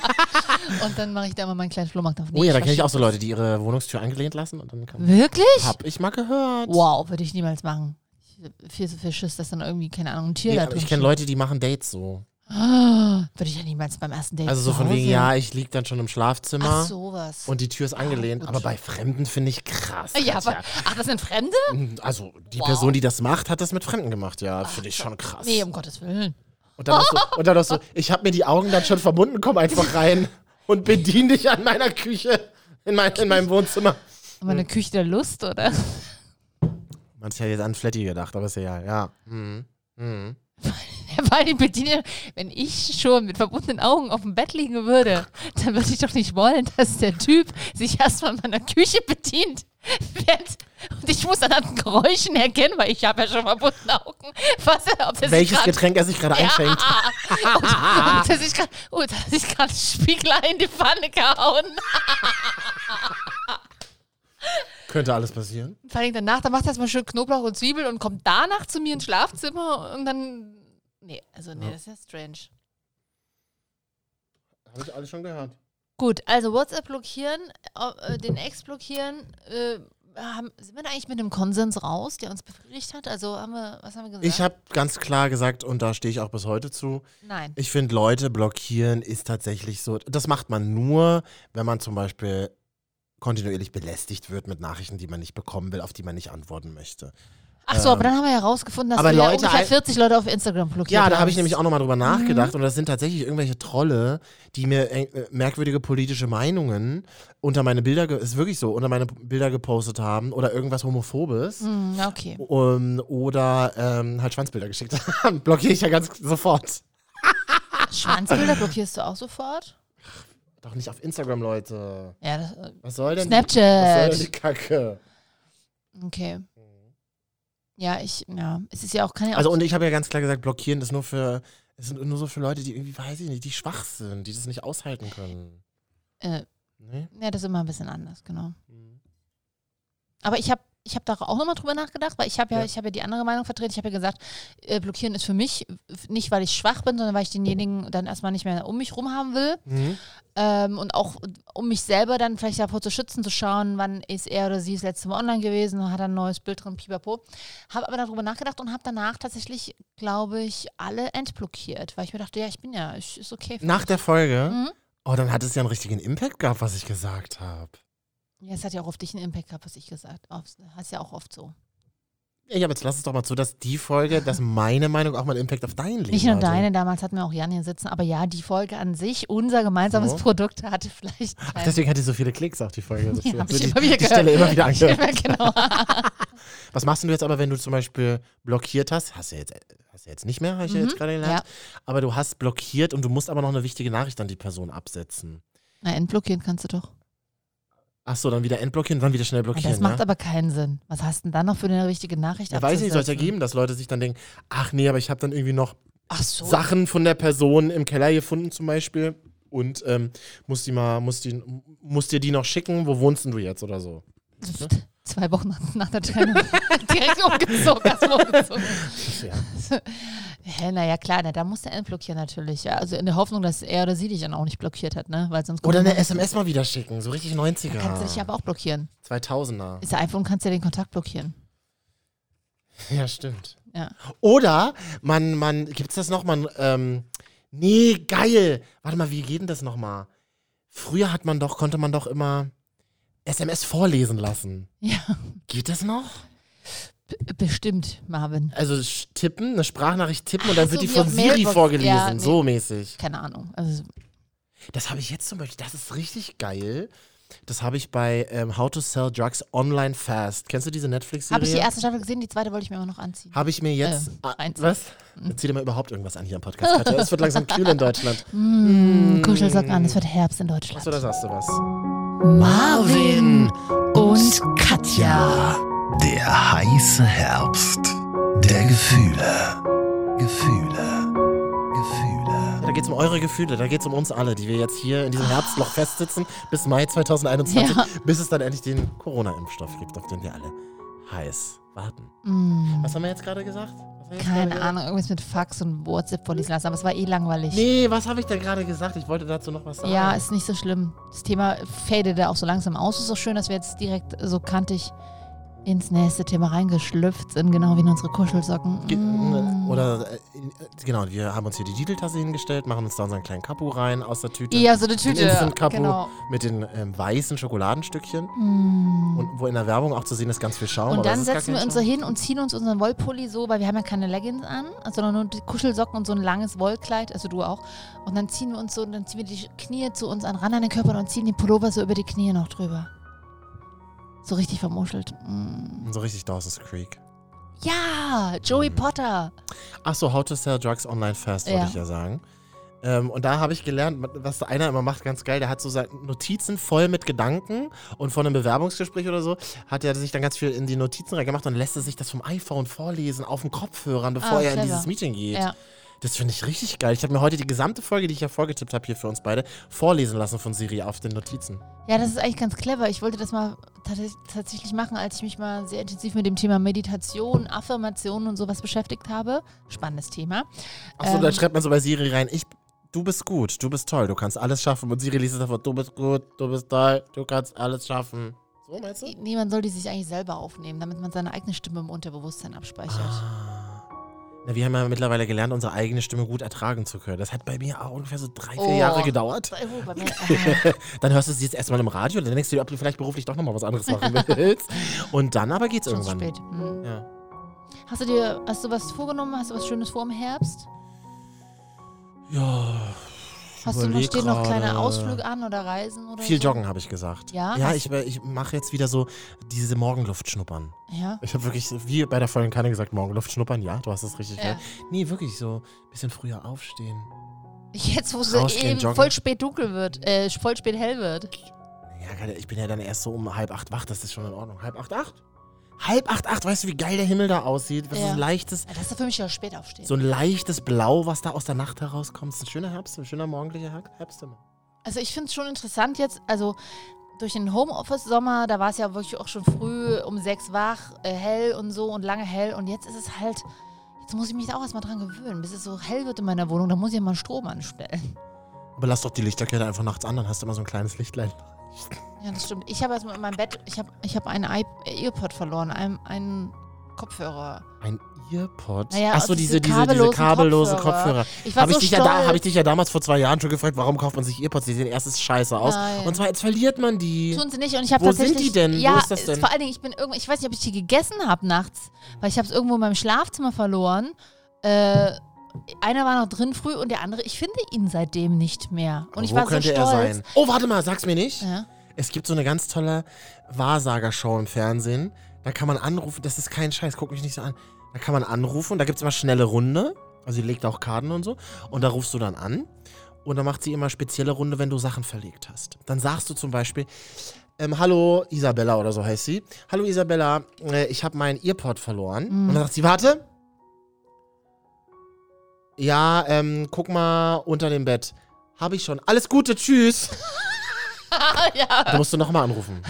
Und dann mache ich da immer meinen kleinen Flohmarkt auf.
oh ja, da kenne ich auch
verschicke
so Leute, die ihre Wohnungstür angelehnt lassen und dann kann
Wirklich?
Hab ich mal gehört.
Wow, würde ich niemals machen. Ich- Viel zu viel Schiss, dass dann irgendwie, keine Ahnung, ein Tier
Nee,
da
aber
drin
ich kenne
steht.
Leute, die machen Dates so.
Ah, Würde ich ja niemals beim ersten Date.
Also so
zu
von wegen,
Hause.
ja, ich lieg dann schon im Schlafzimmer.
Ach, sowas.
Und die Tür ist angelehnt. aber bei Fremden finde ich krass.
Ja,
Katja.
aber, ach, das sind Fremde?
Also die
Wow.
Person, die das macht, hat das mit Fremden gemacht. Ja, finde ich schon krass.
Nee, um Gottes Willen.
Und dann noch so, und dann noch so ich habe mir die Augen dann schon verbunden, komm einfach rein und bedien dich an meiner Küche in, mein, in meinem Wohnzimmer.
Aber eine Küche der Lust, oder?
Man hat ja jetzt an Flatty gedacht, aber ist ja egal. Ja. Mhm. Mhm.
Weil die Bedienung, wenn ich schon mit verbundenen Augen auf dem Bett liegen würde, dann würde ich doch nicht wollen, dass der Typ sich erstmal in meiner Küche bedient. Während- Und ich muss dann an den Geräuschen erkennen, weil ich habe ja schon verbundene Augen. Was, er- ob der sich
Welches
grad-
Getränk er sich gerade einschenkt.
Ja. Und, und dass ich gerade oh, dass ich gerade Spiegler in die Pfanne gehauen.
Könnte alles passieren.
Vor allem danach, dann macht er erstmal schön Knoblauch und Zwiebel und kommt danach zu mir ins Schlafzimmer und dann. Nee, also nee,
Ja.
das ist ja strange.
Habe ich alles schon gehört.
Gut, also WhatsApp blockieren, äh, äh, den Ex blockieren. Äh, haben, sind wir da eigentlich mit einem Konsens raus, der uns befriedigt hat? Also haben wir, was haben wir gesagt?
Ich habe ganz klar gesagt, und da stehe ich auch bis heute zu,
Nein.
ich finde, Leute blockieren ist tatsächlich so. Das macht man nur, wenn man zum Beispiel kontinuierlich belästigt wird mit Nachrichten, die man nicht bekommen will, auf die man nicht antworten möchte.
Ach so,
Ähm,
aber dann haben wir ja rausgefunden, dass
aber
wir ja
Leute
ungefähr
ein-
40 Leute auf Instagram blockiert
Ja,
haben.
da habe ich nämlich auch nochmal
Mhm.
drüber nachgedacht und das sind tatsächlich irgendwelche Trolle, die mir äh, merkwürdige politische Meinungen unter meine Bilder, ge- ist wirklich so, unter meine Bilder gepostet haben oder irgendwas Homophobes.
Hm, ja, okay.
Um, oder ähm, halt Schwanzbilder geschickt haben. Blockiere ich ja ganz sofort.
Schwanzbilder blockierst du auch sofort?
Doch nicht auf Instagram, Leute.
Ja, das, äh,
Was soll denn? Was soll
Snapchat.
denn die Kacke?
okay. Ja, ich, ja, es ist ja auch keine.
Also und ich habe ja ganz klar gesagt, blockieren ist nur für, es sind nur so für Leute, die irgendwie, weiß ich nicht, die schwach sind, die das nicht aushalten können.
Äh,
Nee?
Ja, das ist immer ein bisschen anders, genau. Aber ich habe ich hab da auch nochmal drüber nachgedacht, weil ich habe ja,
Ja.
ich hab ja die andere Meinung vertreten. Ich habe ja gesagt, äh, blockieren ist für mich f- nicht, weil ich schwach bin, sondern weil ich denjenigen dann erstmal nicht mehr um mich rum haben will.
Mhm.
Ähm, und auch um mich selber dann vielleicht davor zu schützen, zu schauen, wann ist er oder sie das letzte Mal online gewesen und hat ein neues Bild drin, pipapo. Habe aber darüber nachgedacht und habe danach tatsächlich, glaube ich, alle entblockiert, weil ich mir dachte, ja, ich bin ja, ich, ist okay. für
Nach
mich.
der Folge,
Mhm.
oh, dann hat es ja einen richtigen Impact gehabt, was ich gesagt habe.
Ja, es hat ja auch auf dich einen Impact gehabt, was ich gesagt habe. Hast ja auch oft so.
Ja, aber jetzt lass es doch mal zu, dass die Folge, dass meine Meinung auch mal einen Impact auf dein Leben
Nicht nur
hatte.
deine, damals hatten wir auch Jan hier sitzen, aber ja, die Folge an sich, unser gemeinsames
So.
Produkt hatte vielleicht.
Ach, deswegen hatte ich so viele Klicks auf die Folge. Das
ja, hab
so
ich
die,
immer wieder
die Stelle immer wieder
gehört.
angehört.
Genau.
Was machst denn du jetzt aber, wenn du zum Beispiel blockiert hast? Hast du ja jetzt, hast du jetzt nicht mehr, habe ich ja
Mhm,
jetzt gerade gelernt. Aber du hast blockiert und du musst aber noch eine wichtige Nachricht an die Person absetzen.
Na, entblockieren kannst du doch.
Ach so, dann wieder entblockieren, dann wieder schnell blockieren.
das macht
ja?
aber keinen Sinn. Was hast denn dann noch für eine richtige Nachricht?
ja, weiß nicht, soll es ja
abzusetzen?
geben, dass Leute sich dann denken, ach nee, aber ich habe dann irgendwie noch
Ach so.
Sachen von der Person im Keller gefunden zum Beispiel. und ähm, musst, die mal, musst, die, musst dir die noch schicken, wo wohnst denn du jetzt oder so.
Zwei Wochen nach, nach der Trennung. Direkt umgezogen, erstmal umgezogen.
Ja.
Hä, naja, klar, na, da muss der blockieren natürlich. Ja. Also in der Hoffnung, dass er oder sie dich dann auch nicht blockiert hat, ne? Weil sonst
Oder eine SMS mal wieder schicken, so richtig 90er.
Kannst du dich aber auch blockieren.
2000er.
Ist ja einfach und kannst ja den Kontakt blockieren.
Ja, stimmt.
Ja.
Oder man, man, gibt's das nochmal? Ähm, nee, geil. Warte mal, wie geht denn das nochmal? Früher hat man doch, konnte man doch immer SMS vorlesen lassen.
Ja.
Geht das noch?
B bestimmt, Marvin.
Also sch- tippen, eine Sprachnachricht tippen und dann
Ach
wird
so,
die
wie
von
auf
Siri
Mailbox.
vorgelesen,
Ja, nee.
so mäßig.
Keine Ahnung. Also,
Das habe ich jetzt zum Beispiel, das ist richtig geil. Das habe ich bei ähm, How to Sell Drugs Online Fast. Kennst du diese Netflix-Serie?
habe ich die erste Staffel gesehen, die zweite wollte ich mir immer noch anziehen.
Habe ich mir jetzt.
Ähm,
ah,
eins.
was? Zieh dir mal überhaupt irgendwas an hier am Podcast. Katja. es wird langsam kühl in Deutschland.
Mm, Kuschel sagt an, es wird Herbst in Deutschland.
Achso, da sagst du was.
Marvin und Katja.
Der heiße Herbst der Gefühle. Gefühle.
Ja, da geht es um eure Gefühle, da geht es um uns alle, die wir jetzt hier in diesem Herbstloch festsitzen bis Mai 2021,
Ja.
bis es dann endlich den Corona-Impfstoff gibt, auf den wir alle heiß warten.
Mm.
Was haben wir jetzt gerade gesagt? Was haben wir jetzt
Keine
gerade
Ahnung, irgendwas mit Fax und WhatsApp vorlesen lassen, aber es war eh langweilig.
gesagt? Nee, was habe ich denn gerade gesagt? Ich wollte dazu noch was sagen.
Ja, ist nicht so schlimm. Das Thema fadet da auch so langsam aus. Ist doch schön, dass wir jetzt direkt so kantig ins nächste Thema reingeschlüpft sind, genau wie in unsere Kuschelsocken.
Ge-
Mm.
Oder, äh, in- äh, genau, wir haben uns hier die Dideltasse hingestellt, machen uns da unseren kleinen Kapu rein aus der Tüte.
Ja, so eine Tüte,
Den Instant Kapu
genau.
mit den ähm, weißen Schokoladenstückchen.
Mm.
Und wo in der Werbung auch zu sehen ist, ganz viel Schaum. aber
Und
es
dann
ist gar
setzen
kein
wir uns
Schaum.
da hin und ziehen uns unseren Wollpulli so, weil wir haben ja keine Leggings an, sondern nur die Kuschelsocken und so ein langes Wollkleid, also du auch. Und dann ziehen wir uns so, und dann ziehen wir die Knie zu uns an, ran an den Körper und ziehen den Pullover so über die Knie noch drüber. So richtig vermuschelt. Mm.
So richtig Dawson's Creek.
Ja, Joey
Mhm.
Potter.
Achso, How to Sell Drugs Online Fast, wollte
Ja.
ich ja sagen. Ähm, und da habe ich gelernt, was einer immer macht, ganz geil, der hat so seine Notizen voll mit Gedanken und von einem Bewerbungsgespräch oder so hat er sich dann ganz viel in die Notizen reingemacht und lässt er sich das vom iPhone vorlesen auf dem Kopfhörern, bevor
Ah,
er in
clever.
dieses Meeting geht.
Ja.
Das finde ich richtig geil. Ich habe mir heute die gesamte Folge, die ich ja vorgetippt habe hier für uns beide, vorlesen lassen von Siri auf den Notizen.
Ja, das ist eigentlich ganz clever. Ich wollte das mal tats tatsächlich machen, als ich mich mal sehr intensiv mit dem Thema Meditation, Affirmationen und sowas beschäftigt habe. Spannendes Thema.
Achso,
Ähm,
da schreibt man so bei Siri rein, ich, du bist gut, du bist toll, du kannst alles schaffen. Und Siri liest es davor, du bist gut, du bist toll, du kannst alles schaffen. So meinst du?
Nee, man soll die sich eigentlich selber aufnehmen, damit man seine eigene Stimme im Unterbewusstsein abspeichert.
Ah.
Ah.
Na, wir haben ja mittlerweile gelernt, unsere eigene Stimme gut ertragen zu können. Das hat bei mir auch ungefähr so drei, vier
Oh.
Jahre gedauert.
Oh, bei mir- ah.
dann hörst du sie jetzt erstmal im Radio, dann denkst du dir, ob du vielleicht beruflich doch nochmal was anderes machen willst. Und dann aber geht's
Schon zu
irgendwann.
spät. Hm.
Ja.
Hast du dir hast du was vorgenommen? Hast du was Schönes vor im Herbst?
ja. ich
Hast du noch,
überleg
stehen noch kleine
gerade.
Ausflüge an oder Reisen oder
Viel
so?
Joggen, habe ich gesagt.
Ja?
Ja,
Hast
ich, ich mache jetzt wieder so diese Morgenluft schnuppern.
Ja.
Ich habe wirklich, wie bei der vollen Kanne gesagt, Morgenluft schnuppern, ja, du hast das richtig.
Ja.
Ja. Nee, wirklich so ein bisschen früher aufstehen.
Jetzt, wo es
Rausgehen,
eben
joggen.
voll spät dunkel wird, äh, voll spät hell wird.
Ja, Katja, ich bin ja dann erst so um halb acht wach, das ist schon in Ordnung. Halb acht, acht? Halb acht, acht, weißt du, wie geil der Himmel da aussieht? Was ist
Ja.
ein leichtes,
Ja, Das ist für mich ja spät aufstehen.
so ein leichtes Blau, was da aus der Nacht herauskommt. Das ist ein schöner Herbst, ein schöner morgendlicher Her- Herbst immer.
Also ich finde es schon interessant jetzt, also durch den Homeoffice-Sommer, da war es ja wirklich auch schon früh um sechs wach, äh, hell und so und lange hell. Und jetzt ist es halt, jetzt muss ich mich da auch erstmal dran gewöhnen, bis es so hell wird in meiner Wohnung, da muss ich ja mal Strom anstellen.
Aber lass doch die Lichterkette einfach nachts an, dann hast du immer so ein kleines Lichtlein.
Ja, das stimmt. Ich habe erstmal in meinem Bett, ich habe ich hab einen iP- Earpod verloren, einen, einen Kopfhörer.
Ein Earpod?
Naja,
Achso,
aus
diese, diese,
diesen
diese
kabellosen
kabellose
Kopfhörer.
Kopfhörer.
Ich war
Hab
so
dich ja da,
stolz.
Habe ich dich ja damals vor zwei Jahren schon gefragt, warum kauft man sich Earpods? Die sehen erstens scheiße aus.
Nein.
Und zweitens verliert man die.
Tun sie nicht und ich habe
Wo sind
tatsächlich.
die denn? Wo
Ja,
ist das
es-
denn?
Vor allen Dingen, ich bin irgendwo, ich weiß nicht, ob ich die gegessen habe nachts, weil ich habe es irgendwo in meinem Schlafzimmer verloren. Äh, einer war noch drin früh und der andere, ich finde ihn seitdem nicht mehr. Und ich
Wo
war so
könnte
stolz.
er sein? Oh, warte mal, sag's mir nicht.
Ja.
Es gibt so eine ganz tolle Wahrsagershow im Fernsehen. Da kann man anrufen, das ist kein Scheiß, guck mich nicht so an. Da kann man anrufen und da gibt's immer schnelle Runde. Also die legt auch Karten und so. Und da rufst du dann an. Und dann macht sie immer spezielle Runde, wenn du Sachen verlegt hast. Dann sagst du zum Beispiel, ähm, hallo Isabella oder so heißt sie. Hallo Isabella, äh, ich habe meinen Earpod verloren.
Mhm.
Und dann sagt sie, warte. Ja, ähm, guck mal unter dem Bett. Habe ich schon. Alles Gute, tschüss.
ja.
Da musst du nochmal anrufen.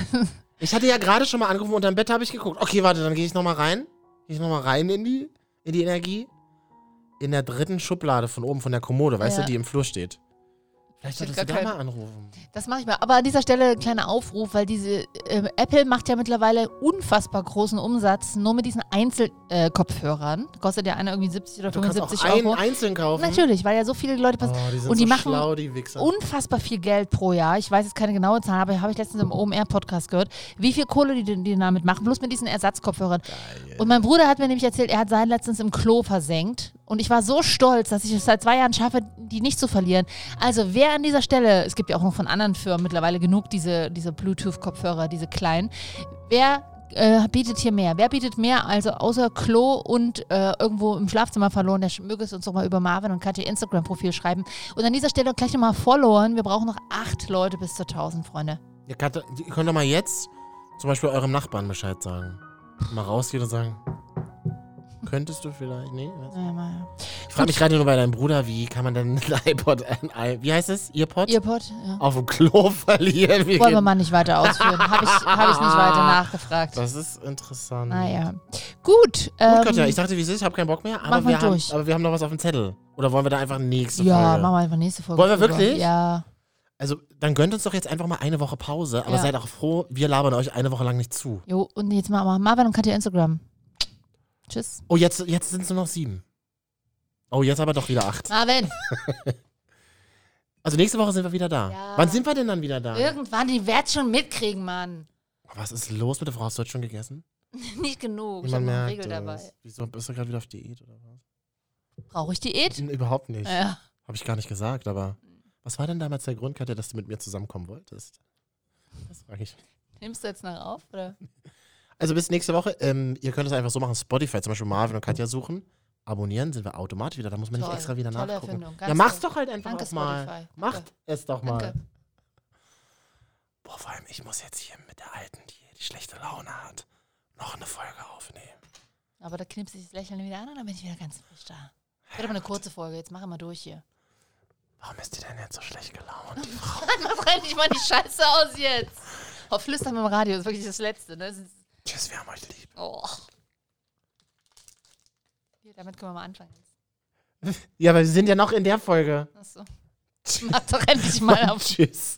Ich hatte ja gerade schon mal angerufen, unterm Bett habe ich geguckt. Okay, warte, dann gehe ich nochmal rein. Gehe ich nochmal rein in die, in die Energie. In der dritten Schublade von oben von der Kommode, weißt
Ja.
du, die im Flur steht. Vielleicht
Steht
solltest du
gar
da
kein-
mal anrufen.
Das mache ich mal. Aber an dieser Stelle ein kleiner Aufruf, weil diese ähm, Apple macht ja mittlerweile unfassbar großen Umsatz nur mit diesen Einzelkopfhörern. Äh, Kopfhörern. Kostet ja einer irgendwie 70 oder
Du kannst auch
75
einen
Euro.
einzeln kaufen.
Natürlich, weil ja so viele Leute passen.
Oh, die sind
und die
so
machen
schlau, die Wichser.
unfassbar viel Geld pro Jahr. Ich weiß jetzt keine genaue Zahl, aber habe ich letztens im OMR-Podcast gehört, wie viel Kohle die, die damit machen, bloß mit diesen Ersatzkopfhörern. Und mein Bruder hat mir nämlich erzählt, er hat seinen letztens im Klo versenkt. Und ich war so stolz, dass ich es seit zwei Jahren schaffe, die nicht zu verlieren. Also wer an dieser Stelle, es gibt ja auch noch von anderen Firmen mittlerweile genug diese, diese Bluetooth-Kopfhörer, diese kleinen, wer äh, bietet hier mehr? Wer bietet mehr? Also außer Klo und äh, irgendwo im Schlafzimmer verloren, der sch- möge es uns doch mal über Marvin und Katja Instagram-Profil schreiben. Und an dieser Stelle gleich nochmal followern. Wir brauchen noch acht Leute bis zu 1000, Freunde.
Ihr könnt, ihr könnt doch mal jetzt zum Beispiel eurem Nachbarn Bescheid sagen. Mal rausgehen und sagen, könntest du vielleicht, nee? Was?
Ja, mal, ja.
Ich frage mich gerade nur bei deinem Bruder, wie kann man denn ein iPod, ein, I- wie heißt es, Earpod?
Earpod, ja.
Auf dem Klo verlieren.
Wollen wir mal nicht weiter ausführen. Habe ich, hab ich nicht weiter nachgefragt.
Das ist interessant.
Naja. Gut. Ah, Ähm,
Gut, Katja, ich dachte, wie es ist, ich habe keinen Bock mehr,
mach
aber
mal
wir, haben,
durch.
aber wir haben noch was auf dem Zettel. Oder wollen wir da einfach nächste Folge?
ja, machen wir einfach nächste Folge.
Wollen wir
drüber.
wirklich?
Ja.
Also, dann gönnt uns doch jetzt einfach mal eine Woche Pause, aber
Ja.
seid auch froh, wir labern euch eine Woche lang nicht zu.
Jo, und jetzt machen wir Marvin und Katja Instagram. Tschüss.
Oh, jetzt, jetzt sind es nur noch sieben. Oh, jetzt aber doch wieder acht.
Marvin,
Also nächste Woche sind wir wieder da. Wann sind wir denn dann wieder da? Oh,
irgendwann, die werd's schon mitkriegen, Mann.
Was ist los mit der Frau? Hast du heute schon gegessen?
Nicht genug. Oh, Ich habe
Niemand
noch eine
merkt
Regel
oder
dabei.
was? Wieso bist du gerade wieder auf Diät oder was?
Brauche ich Diät?
N- Überhaupt nicht.
Ja. Hm.
Habe ich gar nicht gesagt, aber was war denn damals der Grund, Katja, dass du mit mir zusammenkommen wolltest? Das frage ich. mich.
Nimmst du jetzt noch auf? Oder?
Also bis nächste Woche. Ähm, ihr könnt es einfach so machen, Spotify zum Beispiel Marvin und Katja suchen. Abonnieren sind wir automatisch wieder. Da muss man
Toll.
nicht extra wieder
Tolle
nachgucken.
Erfindung. Ganz
ja, mach's
toll.
doch halt einfach
Danke,
auch mal.
Spotify.
Macht es doch mal.
Danke.
Boah, vor allem, ich muss jetzt hier mit der Alten, die, die schlechte Laune hat, noch eine Folge aufnehmen.
Aber da knipse ich das Lächeln wieder an und dann bin ich wieder ganz frisch da. Wird aber eine kurze Folge. Jetzt machen wir durch hier.
Warum ist die denn jetzt so schlecht gelaunt?
Mann, was rennt ich halt mal die Scheiße aus jetzt? Auf Oh, Flüstern im Radio ist wirklich das Letzte. Ne? Das ist,
Tschüss, wir haben euch lieb.
oh. Hier, damit können wir mal anfangen.
Ja, aber wir sind ja noch in der Folge.
Achso. Mach doch endlich mal auf.
Tschüss.